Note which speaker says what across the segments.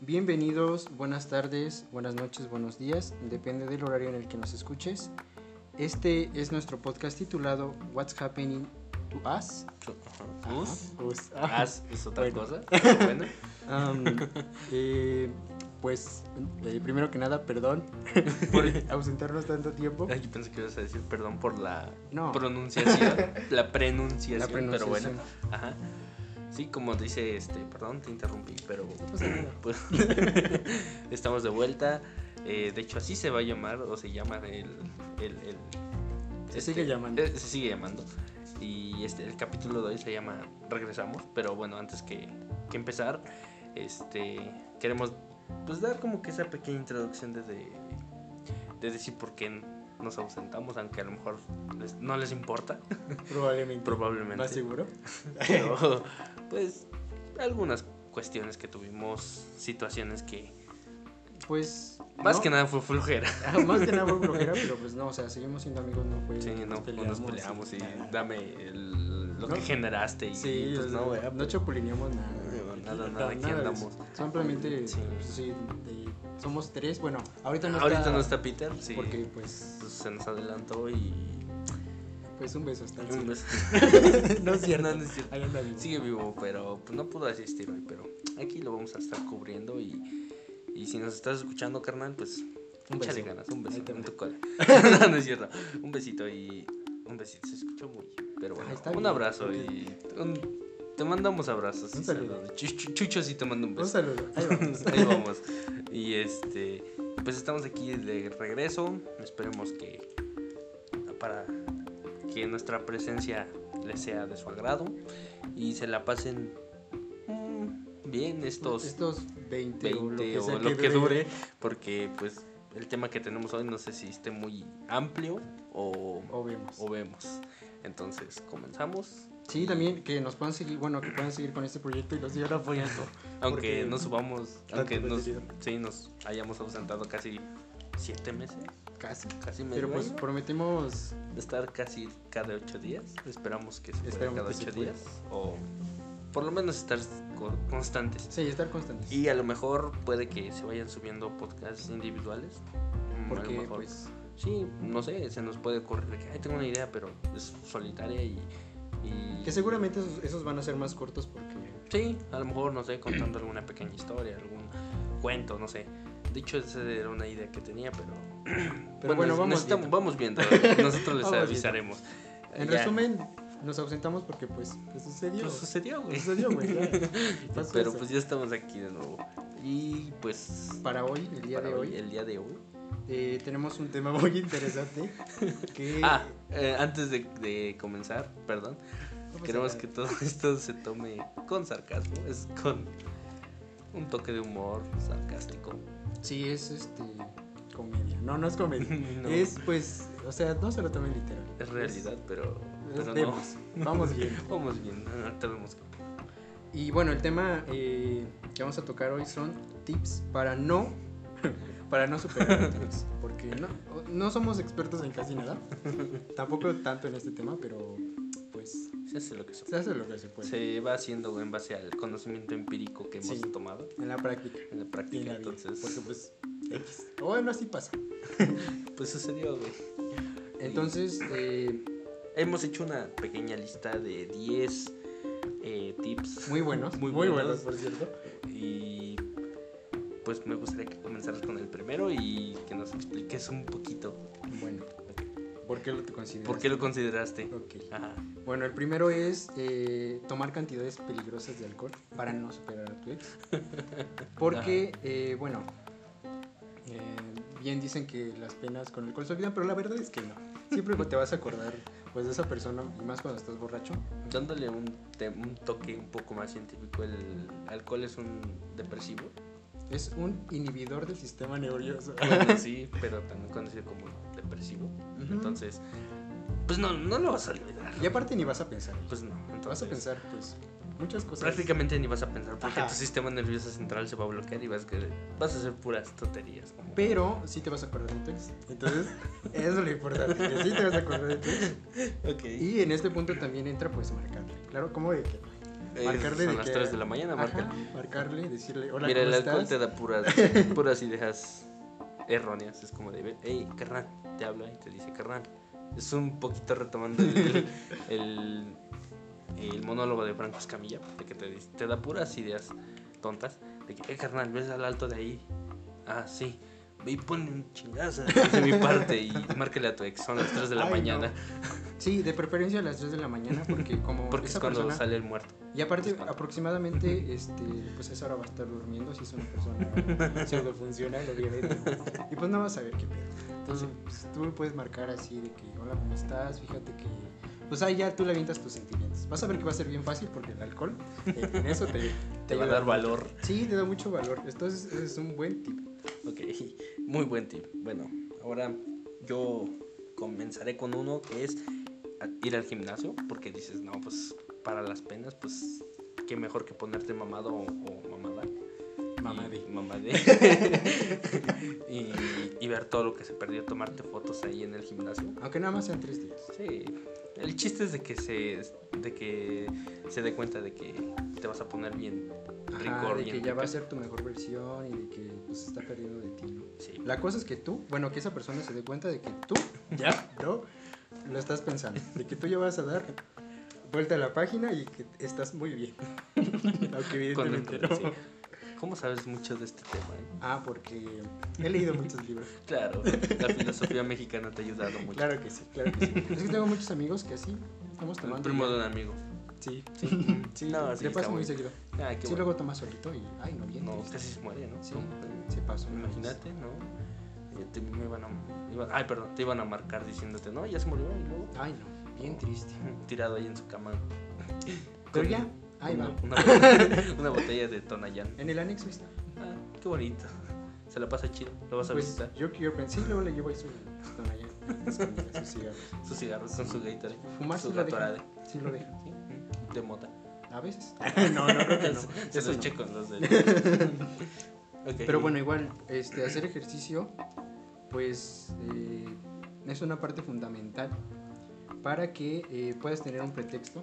Speaker 1: Bienvenidos, buenas tardes, buenas noches, buenos días, depende del horario en el que nos escuches. Este es nuestro podcast titulado What's Happening to Us. Ah.
Speaker 2: Ajá. Us.
Speaker 1: Ajá, us, ajá.
Speaker 2: As es otra
Speaker 1: Bueno.
Speaker 2: cosa. pero Bueno.
Speaker 1: Am, Um, eh, pues, eh, primero que nada, perdón por ausentarnos tanto tiempo.
Speaker 2: Ay, yo pensé que ibas a decir perdón por la
Speaker 1: No.
Speaker 2: pronunciación. la pronunciación,
Speaker 1: La
Speaker 2: pero bueno.
Speaker 1: pronunciación.
Speaker 2: Ajá. Sí, como dice este, perdón, te interrumpí, pero
Speaker 1: pasa nada.
Speaker 2: pues, estamos de vuelta. Eh, de hecho, así se va a llamar o se llama el. el- el-
Speaker 1: Se sigue llamando.
Speaker 2: eh, se sigue llamando. Y este, el capítulo de hoy se llama Regresamos. Pero bueno, antes que, que empezar, este, queremos pues dar como que esa pequeña introducción desde, de decir por qué nos ausentamos, aunque a lo mejor les- no les importa,
Speaker 1: Probablemente.
Speaker 2: probablemente.
Speaker 1: ¿Más seguro?
Speaker 2: Pero, pues, algunas cuestiones que tuvimos, situaciones que
Speaker 1: Pues.
Speaker 2: más
Speaker 1: no.
Speaker 2: que nada fue flojera.
Speaker 1: Ah, más que nada fue flojera, pero pues no, o sea, seguimos siendo amigos, no fue.
Speaker 2: Sí, no, no nos peleamos y dame el- lo
Speaker 1: No.
Speaker 2: que generaste y
Speaker 1: Sí,
Speaker 2: pues,
Speaker 1: o sea,
Speaker 2: no,
Speaker 1: no,
Speaker 2: ¿verdad?
Speaker 1: chapulineamos nada.
Speaker 2: No, nada,
Speaker 1: Aquí,
Speaker 2: nada, aquí
Speaker 1: de
Speaker 2: andamos.
Speaker 1: eso. Solamente,
Speaker 2: Sí.
Speaker 1: pues, sí, de- somos tres. Bueno, ahorita no
Speaker 2: Ahorita
Speaker 1: está.
Speaker 2: no está Peter, sí.
Speaker 1: Porque, pues,
Speaker 2: pues, se nos adelantó y...
Speaker 1: pues un beso hasta el
Speaker 2: y un
Speaker 1: cielo.
Speaker 2: beso.
Speaker 1: No es cierto.
Speaker 2: No, no es cierto.
Speaker 1: Ahí anda vivo.
Speaker 2: Sigue vivo, pero pues, no pudo asistir hoy, pero aquí lo vamos a estar cubriendo y, y si nos estás escuchando, carnal, pues
Speaker 1: Un
Speaker 2: échale
Speaker 1: beso.
Speaker 2: ganas, un
Speaker 1: Ahí
Speaker 2: beso
Speaker 1: te
Speaker 2: en
Speaker 1: va.
Speaker 2: tu cola. no, no es cierto. Un besito y un besito, se escuchó muy, pero bueno,
Speaker 1: Ah, está
Speaker 2: un
Speaker 1: bien,
Speaker 2: abrazo
Speaker 1: ok.
Speaker 2: y un- te mandamos abrazos.
Speaker 1: Un
Speaker 2: y
Speaker 1: saludo.
Speaker 2: saludos. Chu- chu- Chucho sí te manda un
Speaker 1: Un
Speaker 2: beso.
Speaker 1: saludo. Ahí vamos.
Speaker 2: Ahí vamos. Y este, pues estamos aquí de regreso. Esperemos que para que nuestra presencia les sea de su agrado y se la pasen mm, bien estos
Speaker 1: Estos 20,
Speaker 2: 20
Speaker 1: o lo que, sea
Speaker 2: o lo que
Speaker 1: dure.
Speaker 2: dure, porque pues el tema que tenemos hoy no sé si esté muy amplio o,
Speaker 1: O vemos.
Speaker 2: o vemos. Entonces, comenzamos.
Speaker 1: Sí, también que nos puedan seguir, bueno, que puedan seguir con este proyecto y los sigan apoyando.
Speaker 2: Aunque
Speaker 1: Porque
Speaker 2: no subamos,
Speaker 1: tanto
Speaker 2: aunque nos,
Speaker 1: contenido.
Speaker 2: sí, nos hayamos ausentado casi siete meses,
Speaker 1: Casi.
Speaker 2: casi medio
Speaker 1: Pero pues
Speaker 2: año.
Speaker 1: prometemos
Speaker 2: de estar casi cada ocho días. Esperamos que se pueda
Speaker 1: Esperamos
Speaker 2: cada
Speaker 1: que se
Speaker 2: ocho
Speaker 1: pueda.
Speaker 2: días. O por lo menos estar co- constantes.
Speaker 1: sí, estar constantes.
Speaker 2: Y a lo mejor puede que se vayan subiendo podcasts individuales. Mm, a lo
Speaker 1: porque
Speaker 2: mejor-
Speaker 1: pues
Speaker 2: Sí, no sé, se nos puede ocurrir de que "Ay, tengo una idea, pero es solitaria y. y-
Speaker 1: que seguramente esos, esos van a ser más cortos porque
Speaker 2: Sí, a lo mejor, no sé, contando alguna pequeña historia, algún cuento, no sé. De hecho, esa era una idea que tenía, pero.
Speaker 1: Pero bueno,
Speaker 2: es-
Speaker 1: vamos
Speaker 2: necesitamos-
Speaker 1: viendo.
Speaker 2: vamos viendo. Nosotros les
Speaker 1: Vamos viendo.
Speaker 2: avisaremos.
Speaker 1: en
Speaker 2: Ya.
Speaker 1: resumen nos ausentamos porque pues, pues sucedió.
Speaker 2: Pues sucedió, güey.
Speaker 1: Sucedió, güey. ya. Pasó
Speaker 2: Pero
Speaker 1: eso.
Speaker 2: pues ya estamos aquí de nuevo. Y pues.
Speaker 1: para hoy, el día
Speaker 2: para
Speaker 1: de hoy,
Speaker 2: El día de hoy.
Speaker 1: eh, tenemos un tema muy interesante que
Speaker 2: Ah, eh, antes de, de comenzar, perdón.
Speaker 1: vamos a-
Speaker 2: Queremos que todo esto se tome con sarcasmo. Es con un toque de humor sarcástico.
Speaker 1: sí es este comedia. No, no es comedia.
Speaker 2: No,
Speaker 1: Es pues, o sea, no se lo tomen literal.
Speaker 2: es realidad, pero.
Speaker 1: Es-
Speaker 2: pero no.
Speaker 1: vemos, Vamos bien.
Speaker 2: Vamos bien, no, no, tenemos que.
Speaker 1: Y bueno, el tema eh, que vamos a tocar hoy son tips para no para no superar otros, porque no, no somos expertos en casi nada, tampoco tanto en este tema, pero pues
Speaker 2: Se hace lo que se
Speaker 1: se hace lo que se puede
Speaker 2: Se va haciendo en base al conocimiento empírico que hemos
Speaker 1: Sí.
Speaker 2: tomado
Speaker 1: en la práctica
Speaker 2: en la
Speaker 1: y
Speaker 2: práctica.
Speaker 1: en la vida,
Speaker 2: entonces,
Speaker 1: porque pues X. O bueno, así pasa.
Speaker 2: pues sucedió, güey.
Speaker 1: Entonces, eh,
Speaker 2: Hemos hecho una pequeña lista de 10 eh, tips
Speaker 1: muy buenos,
Speaker 2: Muy buenos.
Speaker 1: por cierto.
Speaker 2: y pues me gustaría que comenzaras con el primero y que nos expliques un poquito
Speaker 1: Bueno, ¿por qué lo te consideras?
Speaker 2: por qué lo consideraste.
Speaker 1: Ok.
Speaker 2: Ajá.
Speaker 1: Bueno, el primero es eh, tomar cantidades peligrosas de alcohol para no superar a tu ex. Porque, eh, bueno, eh, bien dicen que las penas con alcohol se olvidan, pero la verdad es que no. Siempre te vas a acordar pues, de esa persona, y más cuando estás borracho.
Speaker 2: Dándole un, te- un toque un poco más científico, el alcohol es un depresivo.
Speaker 1: Es un inhibidor del sistema nervioso.
Speaker 2: Bueno, sí, pero también conocido como depresivo.
Speaker 1: Ujú.
Speaker 2: Entonces, pues no, no lo vas a olvidar.
Speaker 1: Y aparte ni vas a pensar.
Speaker 2: Pues no, entonces.
Speaker 1: Vas a pensar, pues, muchas cosas.
Speaker 2: Prácticamente ni vas a pensar porque
Speaker 1: Ajá.
Speaker 2: tu sistema nervioso central se va a bloquear y vas a, querer- vas a hacer puras tonterías. como-
Speaker 1: Pero sí te vas a acordar de tu ex. Entonces, eso es lo importante, que sí te vas a acordar de tu ex.
Speaker 2: Ok.
Speaker 1: Y en este punto también entra pues marcarle. Claro, como de que
Speaker 2: Es-
Speaker 1: Marcarle
Speaker 2: son
Speaker 1: de
Speaker 2: las
Speaker 1: que-
Speaker 2: 3 de la mañana,
Speaker 1: Ajá,
Speaker 2: marca.
Speaker 1: marcarle, decirle, hola,
Speaker 2: Ah, Mira, el
Speaker 1: ¿cómo
Speaker 2: alcohol
Speaker 1: estás?
Speaker 2: te da puras, puras ideas erróneas. Es como de, hey, carnal, te habla y te dice, carnal. Es un poquito retomando el, el, el monólogo de Franco Escamilla, de que te, dice- te da puras ideas tontas. De que, eh, carnal, ves al alto de ahí. Ah, sí. Ve y ponle un chingazo de mi parte y márcale a tu ex. Son las 3 de la
Speaker 1: Ay, no.
Speaker 2: mañana.
Speaker 1: Sí, de preferencia a las 3 de la mañana, porque como
Speaker 2: Porque es
Speaker 1: esa
Speaker 2: cuando
Speaker 1: persona-
Speaker 2: sale el muerto.
Speaker 1: Y aparte,
Speaker 2: es cuando-
Speaker 1: aproximadamente, este, pues a esa hora va a estar durmiendo si es una persona pseudofuncional, obviamente. Y pues no vas a ver qué pedo. Entonces, pues, tú le puedes marcar así de que, hola, ¿cómo estás? Fíjate que... Pues ahí ya tú le avientas tus sentimientos. Vas a ver que va a ser bien fácil porque el alcohol eh, en eso te,
Speaker 2: Te va
Speaker 1: ayuda
Speaker 2: a dar
Speaker 1: mucho.
Speaker 2: valor.
Speaker 1: Sí, te da mucho valor. Entonces, ese es un buen tip.
Speaker 2: Ok, muy buen tip. Bueno, ahora yo comenzaré con uno que es a- ir al gimnasio, porque dices, no, pues para las penas, pues qué mejor que ponerte mamado o, o mamada.
Speaker 1: Mamadí.
Speaker 2: Y, mamadí. y, y ver todo lo que se perdió, tomarte fotos ahí en el gimnasio.
Speaker 1: Aunque nada más sean tres días.
Speaker 2: Sí, el chiste es de que se, de que se dé cuenta de que te vas a poner bien
Speaker 1: Ajá,
Speaker 2: rico,
Speaker 1: de
Speaker 2: bien
Speaker 1: que ya va a
Speaker 2: rica.
Speaker 1: ser tu mejor versión y de que pues se está perdiendo de ti, ¿no?
Speaker 2: Sí.
Speaker 1: La cosa es que tú, bueno, que esa persona se dé cuenta de que tú
Speaker 2: ¿Ya?
Speaker 1: no lo estás pensando, de que tú ya vas a dar vuelta a la página y que estás muy bien. Aunque
Speaker 2: Cuando
Speaker 1: evidentemente no.
Speaker 2: sí. ¿Cómo sabes mucho de este tema? eh?
Speaker 1: Ah, porque he leído muchos libros.
Speaker 2: Claro, la filosofía mexicana te ha ayudado mucho.
Speaker 1: Claro que sí, claro que sí. Es que tengo muchos amigos que así estamos
Speaker 2: El
Speaker 1: tomando.
Speaker 2: primo
Speaker 1: ya.
Speaker 2: de un amigo.
Speaker 1: Sí,
Speaker 2: Sí,
Speaker 1: sí,
Speaker 2: no, sí,
Speaker 1: le
Speaker 2: está
Speaker 1: pasa muy
Speaker 2: bueno.
Speaker 1: seguido.
Speaker 2: Ah,
Speaker 1: Sí,
Speaker 2: qué bueno.
Speaker 1: luego tomas solito y, ay, no, bien.
Speaker 2: No,
Speaker 1: triste.
Speaker 2: casi se muere, ¿no?
Speaker 1: Sí,
Speaker 2: Como-
Speaker 1: se pasó. una vez.
Speaker 2: Imagínate, ¿no? Eh, te- me iban a, iba- ay, perdón, te iban a marcar diciéndote, no, ya se murió y luego
Speaker 1: Ay, no, bien triste.
Speaker 2: tirado ahí en su cama.
Speaker 1: Pero
Speaker 2: Con
Speaker 1: ya, ahí
Speaker 2: una,
Speaker 1: va.
Speaker 2: Una botella, una botella de Tonayán.
Speaker 1: En el anexo está.
Speaker 2: Ah, qué bonito. Se la pasa chido. Lo vas a
Speaker 1: Pues
Speaker 2: visitar.
Speaker 1: yo quiero pensar, sí, luego le llevo ahí su con allá, escondida, sus cigarros.
Speaker 2: Sus cigarros con su gaitare.
Speaker 1: Fumar
Speaker 2: su
Speaker 1: sí lo
Speaker 2: gatorade.
Speaker 1: dejan. Sí lo dejan.
Speaker 2: ¿sí? De mota.
Speaker 1: A veces. no, no creo que no.
Speaker 2: Se
Speaker 1: Eso
Speaker 2: los
Speaker 1: no.
Speaker 2: checo los dedos. Ok.
Speaker 1: Pero bueno, igual, este, hacer ejercicio, pues eh, es una parte fundamental para que eh, puedas tener un pretexto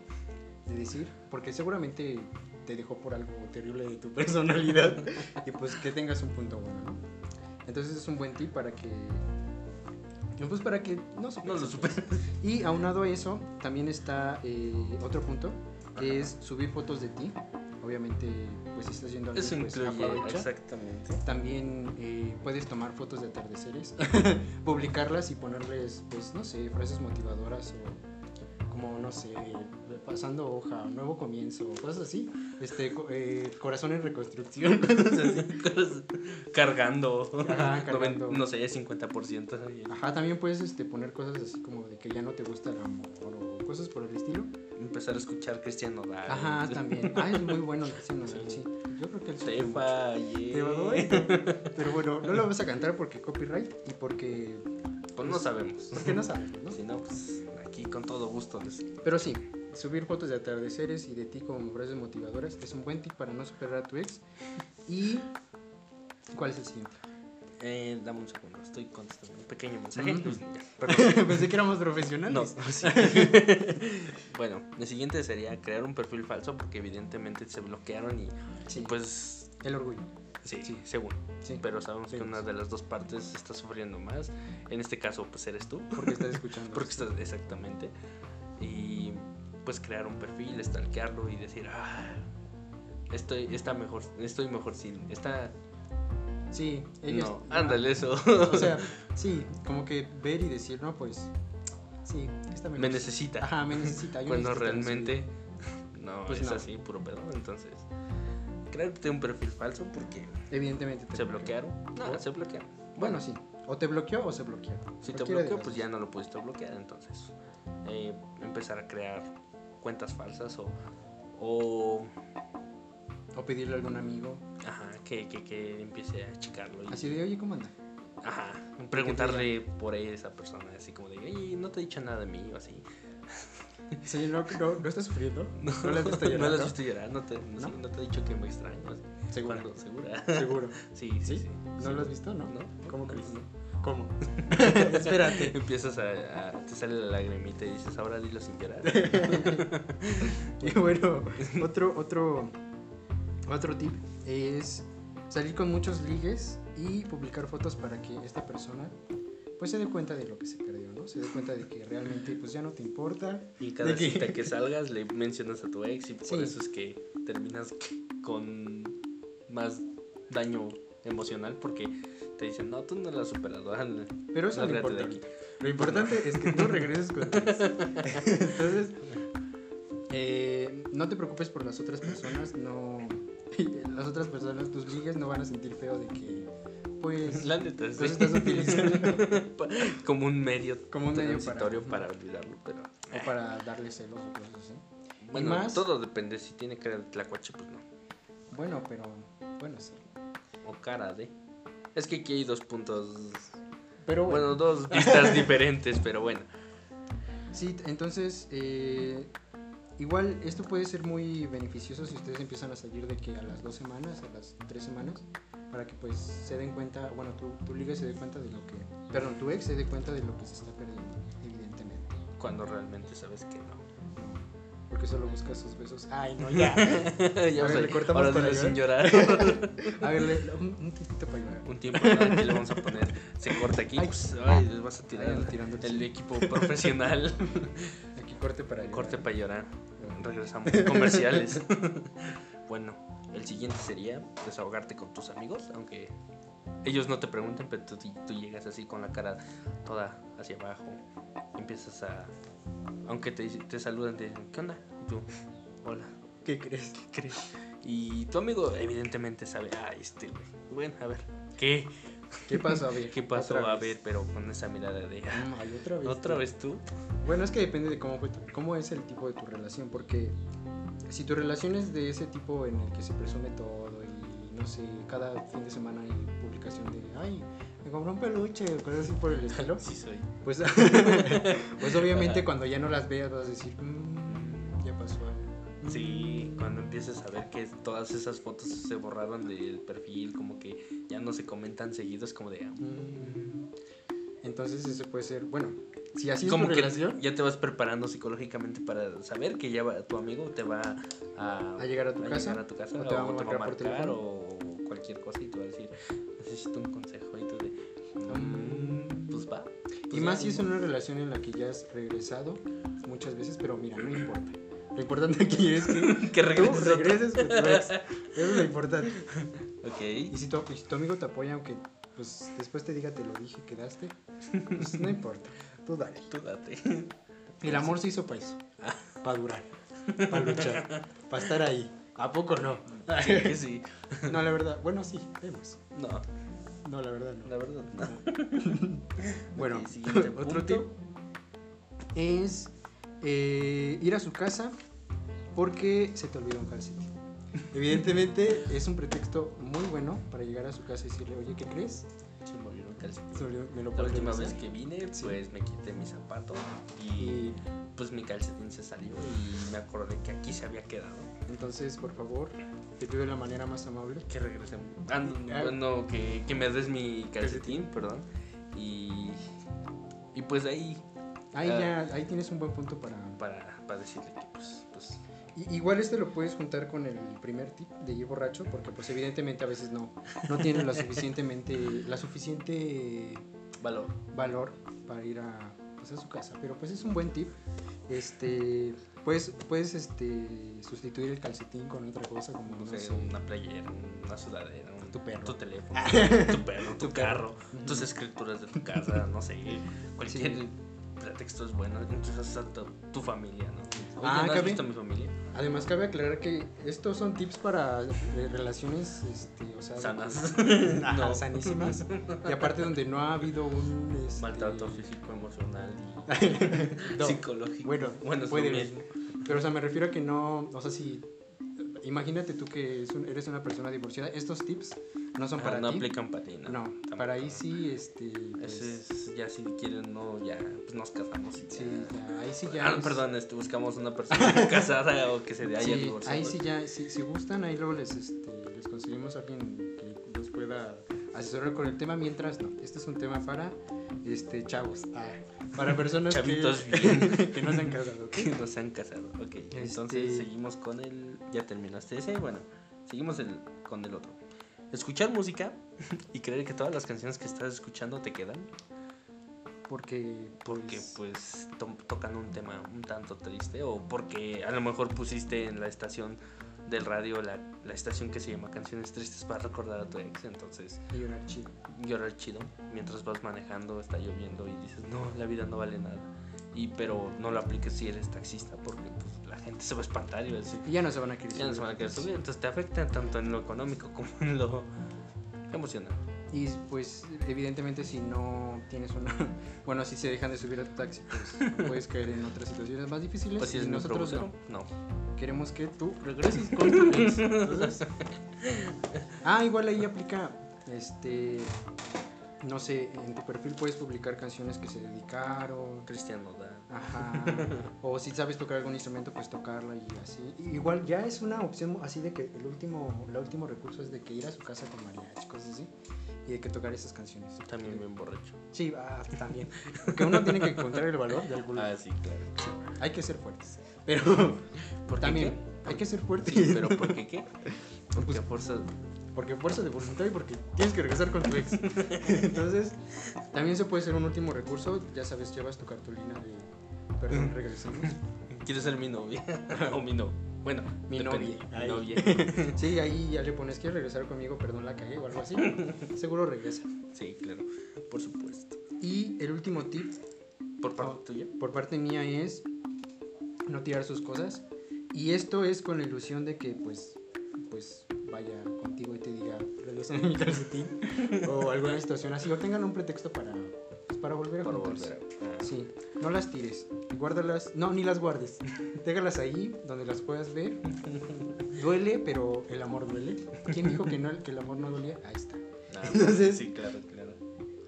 Speaker 1: de decir, porque seguramente te dejó por algo terrible de tu personalidad y pues que tengas un punto bueno, ¿no? Entonces es un buen tip para que, pues para que no se
Speaker 2: No lo superes.
Speaker 1: Y aunado a eso, también está eh, otro punto, que es subir fotos de ti. Obviamente, pues si estás yendo al
Speaker 2: Eso
Speaker 1: gym, pues,
Speaker 2: incluye
Speaker 1: aprovecha.
Speaker 2: exactamente.
Speaker 1: También eh, puedes tomar fotos de atardeceres, publicarlas y ponerles, pues no sé, frases motivadoras o como, no sé, pasando hoja, nuevo comienzo, cosas así. Este, co- eh, corazón en reconstrucción, cosas así.
Speaker 2: Cosas- cargando,
Speaker 1: Ajá, cargando.
Speaker 2: Noven- no sé, 50%. así.
Speaker 1: Ajá, también puedes este, poner cosas así como de que ya no te gusta el amor o cosas por el estilo.
Speaker 2: Empezar a escuchar Cristiano Nodal.
Speaker 1: Ajá, también. Ah, es muy bueno el Cristiano
Speaker 2: Sí.
Speaker 1: Nodal, sí. Yo creo que el
Speaker 2: Te fallé.
Speaker 1: Te doy. Pero bueno, no lo vas a cantar porque copyright y porque,
Speaker 2: Pues no sabemos.
Speaker 1: porque no sabes, ¿no?
Speaker 2: Si no, pues aquí con todo gusto. les-
Speaker 1: Pero sí, subir fotos de atardeceres y de ti como frases motivadoras es un buen tip para no superar a tu ex. ¿Y cuál es el siguiente?
Speaker 2: Eh, dame un segundo, estoy contestando un pequeño mensaje.
Speaker 1: Ujú.
Speaker 2: Ya, perdón.
Speaker 1: Pensé que éramos
Speaker 2: No,
Speaker 1: profesionales.
Speaker 2: sí. bueno, el siguiente sería crear un perfil falso porque evidentemente se bloquearon y
Speaker 1: Sí,
Speaker 2: pues
Speaker 1: el orgullo.
Speaker 2: sí,
Speaker 1: Sí.
Speaker 2: según.
Speaker 1: Sí,
Speaker 2: Pero sabemos
Speaker 1: Sí,
Speaker 2: que una
Speaker 1: sí.
Speaker 2: de las dos partes está sufriendo más. En este caso, pues eres tú.
Speaker 1: porque estás escuchando.
Speaker 2: Porque estás exactamente. Y pues crear un perfil, stalkearlo y decir, ah, estoy, está mejor, estoy mejor sin. Está.
Speaker 1: Sí, ellos.
Speaker 2: No, ándale eso.
Speaker 1: O sea, sí, como que ver y decir, no, pues. Sí, está mejor.
Speaker 2: Me necesita.
Speaker 1: Ajá, me necesita. yo
Speaker 2: cuando
Speaker 1: necesito tener
Speaker 2: realmente no
Speaker 1: Pues
Speaker 2: es
Speaker 1: no.
Speaker 2: así, puro pedo. Entonces, crearte un perfil falso porque
Speaker 1: su vida. Evidentemente. te
Speaker 2: se
Speaker 1: bloquea.
Speaker 2: bloquearon. No,
Speaker 1: ¿Por?
Speaker 2: se bloquearon.
Speaker 1: Bueno, sí. O te bloqueó o se bloqueó.
Speaker 2: Si te bloqueó, pues ya no lo pudiste bloquear, entonces eh, empezar a crear cuentas falsas o, o
Speaker 1: O pedirle a algún amigo.
Speaker 2: ajá, que, que, que empiece a checarlo y
Speaker 1: Así de, oye, ¿cómo anda?
Speaker 2: ajá, preguntarle por ahí a esa persona, así como de, oye, no te he dicho nada de mí o así.
Speaker 1: Sí, no, no, no está sufriendo. No, la has visto
Speaker 2: no
Speaker 1: llorar,
Speaker 2: la has
Speaker 1: ¿no?
Speaker 2: visto llorar, no te, no, sí, no te he dicho que me extrañas.
Speaker 1: Seguro.
Speaker 2: ¿Cuándo? ¿Segura?
Speaker 1: Seguro.
Speaker 2: Sí, sí, sí.
Speaker 1: ¿Sí? ¿No
Speaker 2: sí.
Speaker 1: lo has visto? No.
Speaker 2: No,
Speaker 1: ¿Cómo
Speaker 2: no,
Speaker 1: crees?
Speaker 2: no. ¿Cómo?
Speaker 1: Espérate.
Speaker 2: Empiezas a, a- Te sale la lagrimita y dices, ahora dilo sin llorar.
Speaker 1: Y bueno, otro, otro, otro tip es salir con muchos ligues y publicar fotos para que esta persona pues se dé cuenta de lo que se perdió, ¿no? Se dé cuenta de que realmente pues ya no te importa.
Speaker 2: Y cada
Speaker 1: ¿De qué?
Speaker 2: cita que salgas le mencionas a tu ex y por
Speaker 1: Sí.
Speaker 2: eso es que terminas con más daño emocional porque te dicen, no, tú no la has superado. hazle".
Speaker 1: Pero eso no,
Speaker 2: Lárgate de
Speaker 1: importa. Lo importante es que tú regreses con tu ex. Entonces, eh, no te preocupes por las otras personas, no... Las otras personas, tus ligues no van a sentir feo de que pues...
Speaker 2: La neta,
Speaker 1: los
Speaker 2: sí.
Speaker 1: estás utilizando
Speaker 2: Pa- como un medio
Speaker 1: Como un medio para-
Speaker 2: transitorio para, olvidarlo, pero
Speaker 1: o para darle celos o cosas así.
Speaker 2: bueno,
Speaker 1: más-
Speaker 2: todo depende si tiene cara de tlacuache, pues no,
Speaker 1: Bueno, pero bueno, sí.
Speaker 2: o cara de. Es que aquí hay dos puntos,
Speaker 1: Pero bueno,
Speaker 2: bueno, dos vistas diferentes, pero bueno.
Speaker 1: sí, t- entonces eh, igual esto puede ser muy beneficioso si ustedes empiezan a salir de que a las dos semanas, a las tres semanas, para que pues se den cuenta, bueno, tu, tu liga se dé cuenta de lo que, perdón, tu ex se dé cuenta de lo que se está perdiendo, evidentemente.
Speaker 2: Cuando realmente sabes que no.
Speaker 1: Porque solo busca sus besos. Ay, no, ya.
Speaker 2: ya
Speaker 1: A ver,
Speaker 2: o sea,
Speaker 1: le cortamos
Speaker 2: ahora
Speaker 1: para
Speaker 2: dilo sin llorar.
Speaker 1: A ver, le- un, un tantito para llorar.
Speaker 2: Un tiempo ¿no? aquí le vamos a poner. Se corta aquí.
Speaker 1: Ay.
Speaker 2: pues, ay, les vas a tirar
Speaker 1: Ay, ando tirando el
Speaker 2: el
Speaker 1: sí.
Speaker 2: equipo profesional.
Speaker 1: Aquí corte para llorar.
Speaker 2: Corte para llorar. Regresamos. Comerciales. bueno, el siguiente sería desahogarte con tus amigos, aunque ellos no te pregunten, pero tú, tú llegas así con la cara toda hacia abajo. Empiezas a... Aunque te, dice- te saludan, te dicen, ¿qué onda? Y tú, hola,
Speaker 1: ¿Qué crees?
Speaker 2: ¿qué crees? Y tu amigo evidentemente sabe, ah, este güey. Bueno, a ver, ¿qué?
Speaker 1: ¿Qué pasó? A ver.
Speaker 2: ¿Qué pasó?
Speaker 1: otra
Speaker 2: A
Speaker 1: vez.
Speaker 2: ver, pero con esa mirada de... "Ah,
Speaker 1: Mm, ay, otra vez.
Speaker 2: ¿Otra
Speaker 1: tú.
Speaker 2: vez tú?
Speaker 1: Bueno, es que depende de cómo, fue tu- cómo es el tipo de tu relación, porque si tu relación es de ese tipo en el que se presume todo y no sé, cada fin de semana hay publicación de, ay, me compró un peluche o cosas así por el estilo,
Speaker 2: Sí soy.
Speaker 1: pues, pues obviamente cuando ya no las veas vas a decir, "Mm, ya pasó. algo". Mm.
Speaker 2: Sí, cuando empiezas a ver que todas esas fotos se borraron del perfil, como que ya no se comentan seguidos, como de... ah,
Speaker 1: Mm. Entonces eso puede ser, bueno, si así es
Speaker 2: Como
Speaker 1: tu
Speaker 2: que
Speaker 1: relación,
Speaker 2: ya te vas preparando psicológicamente para saber que ya va- tu amigo te va a,
Speaker 1: a llegar a tu
Speaker 2: a
Speaker 1: casa,
Speaker 2: llegar a tu casa
Speaker 1: o
Speaker 2: o
Speaker 1: te va a
Speaker 2: te va a
Speaker 1: marcar por
Speaker 2: marcar
Speaker 1: teléfono.
Speaker 2: o cualquier cosa y te va a decir, necesito un consejo y tú de...
Speaker 1: Mm.
Speaker 2: "Mm, pues va.
Speaker 1: Y
Speaker 2: pues
Speaker 1: más
Speaker 2: ya".
Speaker 1: si es una relación en la que ya has regresado muchas veces, pero mira, no importa. Lo importante aquí es que
Speaker 2: Que
Speaker 1: tú
Speaker 2: regreses. otra-
Speaker 1: regreses con tu ex. Eso es lo importante. Y
Speaker 2: Ok.
Speaker 1: si tu, y si tu amigo te apoya, aunque pues, después te diga te lo dije, quedaste, pues no importa. Tú dale.
Speaker 2: Tú date.
Speaker 1: El amor se hizo para eso. Para durar. Para luchar. Para estar ahí. ¿A poco no?
Speaker 2: Sí, que sí.
Speaker 1: No, la verdad. Bueno, sí, vemos.
Speaker 2: No,
Speaker 1: No, la verdad no.
Speaker 2: la verdad no.
Speaker 1: Bueno,
Speaker 2: Ok, siguiente
Speaker 1: otro
Speaker 2: punto.
Speaker 1: tip es eh, ir a su casa porque se te olvidó un calcetín. Evidentemente es un pretexto muy bueno para llegar a su casa y decirle, oye, ¿qué crees?
Speaker 2: Se me olvidó el calcetín.
Speaker 1: Se me olvidó- me lo
Speaker 2: La
Speaker 1: puedes
Speaker 2: última
Speaker 1: regresar?".
Speaker 2: vez que vine,
Speaker 1: Sí.
Speaker 2: pues me quité mi zapato y
Speaker 1: Y
Speaker 2: pues mi calcetín se salió y me acordé que aquí se había quedado.
Speaker 1: entonces, por favor, te pido de la manera más amable.
Speaker 2: Que regresemos. Ah,
Speaker 1: Ah.
Speaker 2: no, no, que, que me des mi calcetín, perdón. Y, y pues ahí
Speaker 1: Ahí
Speaker 2: Ah.
Speaker 1: ya, ahí tienes un buen punto para...
Speaker 2: para, para decirle que pues, pues
Speaker 1: I- igual este lo puedes juntar con el primer tip de ir borracho porque pues evidentemente a veces no, no tienes la suficientemente, la suficiente
Speaker 2: valor.
Speaker 1: valor para ir a, pues, a su casa. Pero pues es un buen tip. Este, puedes puedes este, sustituir el calcetín con otra cosa como
Speaker 2: No
Speaker 1: no
Speaker 2: sé,
Speaker 1: sé,
Speaker 2: una playera, una sudadera, un-
Speaker 1: Tu perro.
Speaker 2: tu teléfono, tu perro, tu carro,
Speaker 1: Ujú.
Speaker 2: tus escrituras de tu casa, no sé, cualquier
Speaker 1: Sí.
Speaker 2: pretexto es bueno, incluso hasta tu, tu familia, ¿no? Oye,
Speaker 1: Ah,
Speaker 2: ¿no has
Speaker 1: cabe.
Speaker 2: visto a mi familia?
Speaker 1: Además cabe aclarar que estos son tips para eh, relaciones este, o sea, de-
Speaker 2: Sanas.
Speaker 1: Ajá, sanísimas. Y aparte donde no ha habido un este,
Speaker 2: Maltrato físico, emocional y
Speaker 1: No.
Speaker 2: psicológico.
Speaker 1: Bueno,
Speaker 2: bueno, es lo
Speaker 1: puede
Speaker 2: mismo.
Speaker 1: Pero o sea, me refiero a que no, o sea, si imagínate tú que es un- eres una persona divorciada, estos tips no son
Speaker 2: Ah,
Speaker 1: para
Speaker 2: no
Speaker 1: ti.
Speaker 2: aplican para ti, ¿no?
Speaker 1: no,
Speaker 2: Tampoco.
Speaker 1: para ahí sí este pues,
Speaker 2: Ese es, ya si quieren, no, ya, pues nos casamos. y
Speaker 1: Sí,
Speaker 2: ya.
Speaker 1: ya, ahí sí ya.
Speaker 2: Ah,
Speaker 1: es-
Speaker 2: perdón, este, buscamos una persona casada o que se haya
Speaker 1: Sí,
Speaker 2: divorciado.
Speaker 1: ahí sí ya, si, si gustan, ahí luego les, este, les conseguimos a alguien que los pueda asesorar con el tema, mientras no. Este es un tema para este, chavos, ah, para personas
Speaker 2: Chavitos
Speaker 1: que,
Speaker 2: bien.
Speaker 1: que no se han casado. ¿ok?
Speaker 2: que no se han casado. Ok, entonces
Speaker 1: Este-
Speaker 2: seguimos con el. Ya terminaste ese. Bueno, seguimos el, con el otro. Escuchar música y creer que todas las canciones que estás escuchando te quedan.
Speaker 1: Porque,
Speaker 2: Porque
Speaker 1: pues,
Speaker 2: pues to- tocan un tema un tanto triste. O porque a lo mejor pusiste en la estación del radio la, la estación que se llama Canciones Tristes para recordar a tu ex. Entonces
Speaker 1: hay un archivo.
Speaker 2: llorar chido mientras vas manejando, está lloviendo y dices, no, la vida no vale nada. Y pero no lo apliques si eres taxista porque pues, la gente se va a espantar y va a decir,
Speaker 1: Y ya no se van a querer
Speaker 2: ya no se van a querer subir. Entonces te afecta tanto en lo económico como en lo emocional.
Speaker 1: Y pues evidentemente si no tienes una... Bueno, si se dejan de subir a tu taxi, pues puedes caer en otras situaciones más difíciles.
Speaker 2: Pues si
Speaker 1: y
Speaker 2: es
Speaker 1: nosotros no.
Speaker 2: no. no.
Speaker 1: Queremos que tú regreses con tu ex. Entonces- Ah, igual ahí aplica, este... No sé, en tu perfil puedes publicar canciones que se dedicaron.
Speaker 2: Cristiano da.
Speaker 1: Ajá. O si sabes tocar algún instrumento, pues tocarla y así. Igual ya es una opción así de que el último, el último recurso es de que ir a su casa con mariachi, cosas así. Y de que tocar esas canciones.
Speaker 2: También bien borracho.
Speaker 1: Sí, ah, también. Porque uno tiene que encontrar el valor de algún
Speaker 2: Ah, sí, claro.
Speaker 1: Hay que ser fuertes. Pero
Speaker 2: ¿Por qué
Speaker 1: también
Speaker 2: qué?
Speaker 1: hay que ser fuertes.
Speaker 2: Sí, pero ¿por qué qué? Porque a fuerza
Speaker 1: Porque fuerza de voluntad y porque tienes que regresar con tu ex. Entonces, también se puede ser un último recurso. Ya sabes, llevas tu cartulina de.
Speaker 2: Mm.
Speaker 1: Perdón, regresamos.
Speaker 2: quieres ser mi novia o mi no. Bueno,
Speaker 1: Mi
Speaker 2: depende.
Speaker 1: novia.
Speaker 2: Mi
Speaker 1: Ay.
Speaker 2: novia.
Speaker 1: Sí, ahí ya le pones que regresar conmigo, perdón, la cagué o algo así. Seguro regresa.
Speaker 2: Sí, claro. Por supuesto.
Speaker 1: Y el último tip
Speaker 2: Por parte
Speaker 1: Oh.
Speaker 2: tuya.
Speaker 1: por parte mía es no tirar sus cosas. Y esto es con la ilusión de que pues, pues vaya contigo y te diga, regresa mi calcetín o alguna situación así. O tengan un pretexto para, pues, para volver a
Speaker 2: Por
Speaker 1: juntarse.
Speaker 2: volver a- Ah,
Speaker 1: Sí, no las tires. Guárdalas. No, ni las guardes. Déjalas ahí donde las puedas ver. Duele, pero el amor duele. ¿Quién dijo que, no, que el amor no dolía? Ahí está.
Speaker 2: Ah,
Speaker 1: Entonces-
Speaker 2: sí, claro, claro.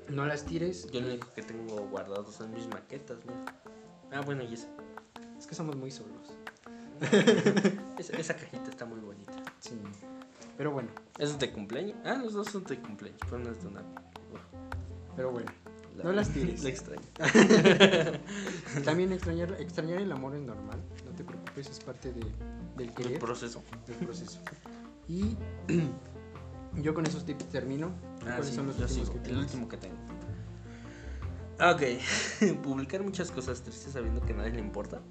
Speaker 1: No las tires.
Speaker 2: Yo lo único que tengo guardado son mis maquetas, mira. Ah, bueno, y esa.
Speaker 1: Es que somos muy solos.
Speaker 2: Esa, esa cajita está muy bonita.
Speaker 1: Sí. Pero bueno,
Speaker 2: ¿Eso es de cumpleaños? Ah, los dos son de cumpleaños, pero no es de una. Uf,
Speaker 1: pero bueno.
Speaker 2: la-
Speaker 1: No las tires.
Speaker 2: La extraño.
Speaker 1: También extrañar, extrañar el amor es normal. No te preocupes, es parte de, del
Speaker 2: El
Speaker 1: querer,
Speaker 2: proceso.
Speaker 1: del proceso. Y yo con esos tips termino.
Speaker 2: Ah,
Speaker 1: ¿Cuáles
Speaker 2: sí,
Speaker 1: son los
Speaker 2: yo
Speaker 1: últimos
Speaker 2: sigo,
Speaker 1: que
Speaker 2: El
Speaker 1: tienes?
Speaker 2: último que tengo. Ah, ok. Publicar muchas cosas tristes sabiendo que a nadie le importa.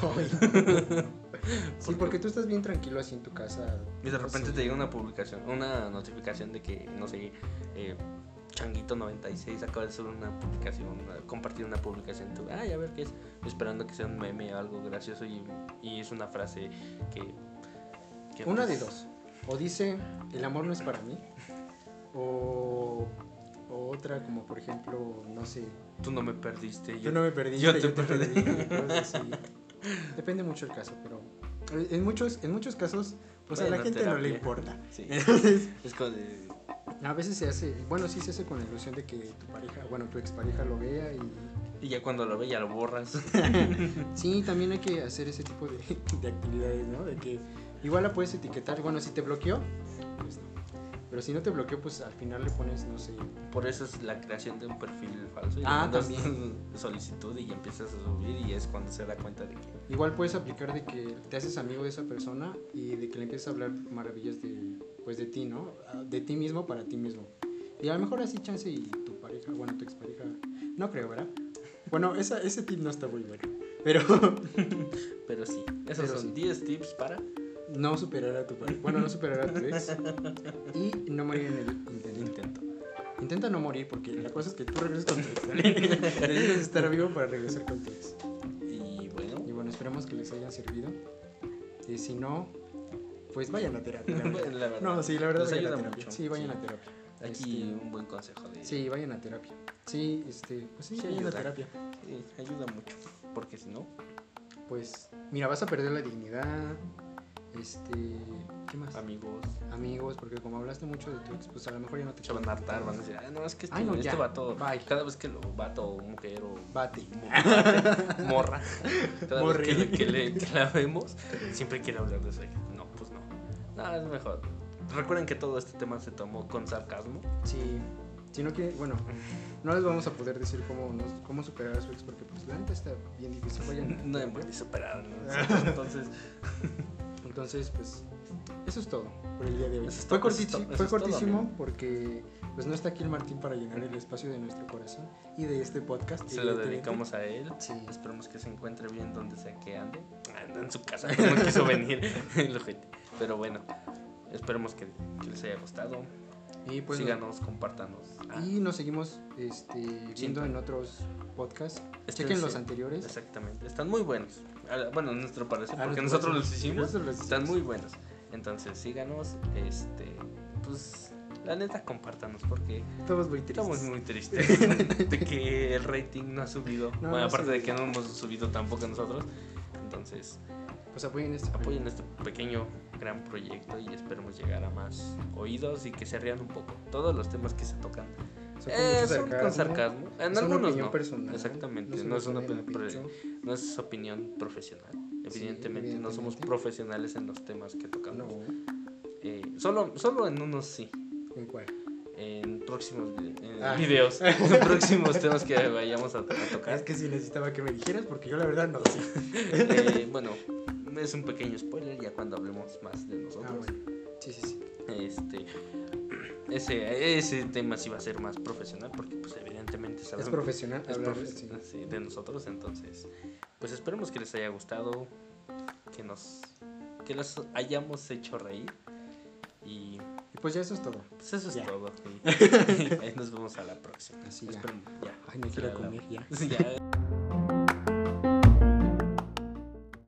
Speaker 1: Ay. sí, porque tú estás bien tranquilo así en tu casa.
Speaker 2: Y de repente
Speaker 1: así.
Speaker 2: te llega una publicación, una notificación de que, no sé, eh, Changuito96 acaba de subir una publicación, una- compartir una publicación. Tú, ay, a ver qué es. Esperando que sea un meme o algo gracioso y, y es una frase que. que,
Speaker 1: Una de
Speaker 2: pues,
Speaker 1: dos. O dice, el amor no es para mí. O, o otra como, por ejemplo, no sé.
Speaker 2: Tú no me perdiste.
Speaker 1: Yo no me perdí.
Speaker 2: yo te perdí.
Speaker 1: cosas así. Depende mucho el caso, pero en muchos, en muchos casos, o sea, a la
Speaker 2: Bueno,
Speaker 1: gente no le
Speaker 2: terapia.
Speaker 1: importa.
Speaker 2: Sí.
Speaker 1: Entonces,
Speaker 2: Es como de.
Speaker 1: a veces se hace, bueno, sí se hace con la ilusión de que tu pareja, bueno, tu expareja lo vea y
Speaker 2: Y ya cuando lo ve, ya lo borras.
Speaker 1: Sí, también hay que hacer ese tipo de, de actividades, ¿no? De que igual la puedes etiquetar. Bueno, si te bloqueó, pues no. Pero si no te bloqueó, pues al final le pones, no sé.
Speaker 2: Por eso es la creación de un perfil falso. Y le
Speaker 1: Ah,
Speaker 2: mandas
Speaker 1: también.
Speaker 2: solicitud y ya empiezas a subir y es cuando se da cuenta de que.
Speaker 1: Igual puedes aplicar de que te haces amigo de esa persona y de que le empiezas a hablar maravillas de, pues, de ti, ¿no? Ah, De ti mismo para ti mismo. Y a lo mejor así chance y tu pareja, bueno, tu expareja, no creo, ¿verdad? Bueno, esa, ese tip no está muy bueno. Pero
Speaker 2: Pero sí, esos
Speaker 1: Pero
Speaker 2: son
Speaker 1: sí.
Speaker 2: 10 tips para.
Speaker 1: no superar a tu pareja. Bueno, no superar a tu ex. Y no morir en el intento.
Speaker 2: Intento.
Speaker 1: Intenta no morir porque la cosa es que tú regreses con tu ex. ¿vale? Necesitas estar vivo para regresar con tu ex.
Speaker 2: Y bueno,
Speaker 1: Y bueno, esperemos que les hayan servido. Y si no, pues vayan a terapia. la
Speaker 2: la
Speaker 1: verdad.
Speaker 2: verdad,
Speaker 1: No, sí, la verdad
Speaker 2: nos
Speaker 1: vayan a
Speaker 2: ayuda
Speaker 1: terapia.
Speaker 2: mucho.
Speaker 1: Sí, vayan
Speaker 2: Sí.
Speaker 1: a terapia.
Speaker 2: aquí
Speaker 1: Este,
Speaker 2: un buen consejo de
Speaker 1: sí, vayan a terapia. Sí, este, pues sí,
Speaker 2: Sí,
Speaker 1: vayan a
Speaker 2: ayuda.
Speaker 1: terapia.
Speaker 2: Sí, eh, ayuda mucho, porque si no,
Speaker 1: Pues mira, vas a perder la dignidad. Este, ¿qué más?
Speaker 2: amigos
Speaker 1: Amigos, porque como hablaste mucho de tu ex, pues a lo mejor ya no te
Speaker 2: se van a hartar, van a decir, ah, no, es que este,
Speaker 1: Ay, no,
Speaker 2: este
Speaker 1: ya.
Speaker 2: vato,
Speaker 1: Bye.
Speaker 2: cada vez que lo vato o mujer o
Speaker 1: Bate.
Speaker 2: mo- bate, morra, cada
Speaker 1: Morre.
Speaker 2: vez que, le- que le- que la vemos, siempre quiere hablar de eso. No, pues no, nada, es mejor. Recuerden que todo este tema se tomó con sarcasmo.
Speaker 1: Sí. Si no quieren, bueno, no les vamos a poder decir cómo, nos- cómo superar a Suex porque pues la neta está bien difícil. Vayan.
Speaker 2: No pues. hemos ni superado. ¿no? Entonces,
Speaker 1: Entonces, pues, eso es todo por el día de hoy.
Speaker 2: Eso es
Speaker 1: fue
Speaker 2: todo, eso es
Speaker 1: cortichi-
Speaker 2: to- eso
Speaker 1: fue
Speaker 2: es todo,
Speaker 1: cortísimo
Speaker 2: amigo.
Speaker 1: porque pues no está aquí el Martín para llenar el espacio de nuestro corazón y de este podcast.
Speaker 2: se lo
Speaker 1: evidentemente.
Speaker 2: dedicamos a él.
Speaker 1: Sí.
Speaker 2: Esperemos que se encuentre bien donde sea que ande. Anda en su casa, no quiso venir el ojete. Pero bueno, esperemos que, que les haya gustado.
Speaker 1: Y pues
Speaker 2: Síganos, compártanos. Ah,
Speaker 1: Y nos seguimos este, viendo en otros podcasts. Chequen los
Speaker 2: espérense.
Speaker 1: anteriores.
Speaker 2: Exactamente, están muy buenos. A- Bueno, a nuestro parecer,
Speaker 1: A
Speaker 2: porque
Speaker 1: Ah, nuestro
Speaker 2: nosotros los
Speaker 1: parecer.
Speaker 2: hicimos.
Speaker 1: Nosotros los
Speaker 2: Están
Speaker 1: hicimos.
Speaker 2: muy buenos. Entonces, síganos. Este, pues, la neta, compártanos porque
Speaker 1: Estamos muy tristes.
Speaker 2: estamos muy tristes de que el rating no ha subido.
Speaker 1: No,
Speaker 2: bueno,
Speaker 1: no ha
Speaker 2: aparte de que
Speaker 1: subido.
Speaker 2: no hemos subido tampoco nosotros. Entonces,
Speaker 1: Pues apoyen este
Speaker 2: apoyen este pequeño, gran proyecto y esperemos llegar a más oídos y que se rían un poco. Todos los temas que se tocan
Speaker 1: Son con
Speaker 2: eh,
Speaker 1: mucho
Speaker 2: son con sarcasmo. En
Speaker 1: Es una
Speaker 2: algunos
Speaker 1: opinión
Speaker 2: no.
Speaker 1: personal.
Speaker 2: Exactamente,
Speaker 1: se
Speaker 2: no,
Speaker 1: nos
Speaker 2: es una
Speaker 1: pone la
Speaker 2: opinión personal
Speaker 1: pincho.
Speaker 2: no es opinión profesional.
Speaker 1: Sí,
Speaker 2: Evidentemente, no somos
Speaker 1: evidentemente.
Speaker 2: profesionales en los temas que
Speaker 1: No,
Speaker 2: tocamos. Eh, solo, solo en unos sí.
Speaker 1: ¿en cuál?
Speaker 2: En próximos vide- en
Speaker 1: Ah.
Speaker 2: videos. En próximos temas que vayamos a, a
Speaker 1: Es
Speaker 2: tocar.
Speaker 1: que si necesitaba que me dijeras, porque yo la verdad no sé.
Speaker 2: Eh, bueno, es un pequeño spoiler ya cuando hablemos más de
Speaker 1: Ah,
Speaker 2: nosotros.
Speaker 1: bueno. Sí, sí, sí.
Speaker 2: Este. Ese, ese tema sí va a ser más profesional porque pues evidentemente
Speaker 1: Es
Speaker 2: sabemos,
Speaker 1: profesional.
Speaker 2: es
Speaker 1: hablar,
Speaker 2: profesional, sí, de nosotros entonces pues esperemos que les haya gustado que nos que los hayamos hecho reír y
Speaker 1: sí. Y pues ya eso es todo.
Speaker 2: pues eso es
Speaker 1: Ya.
Speaker 2: todo y, ahí nos vemos a la próxima
Speaker 1: Así ya.
Speaker 2: esperemos ya
Speaker 1: Ay, me
Speaker 2: Ya
Speaker 1: quiero
Speaker 2: la-
Speaker 1: comer ya.
Speaker 2: ya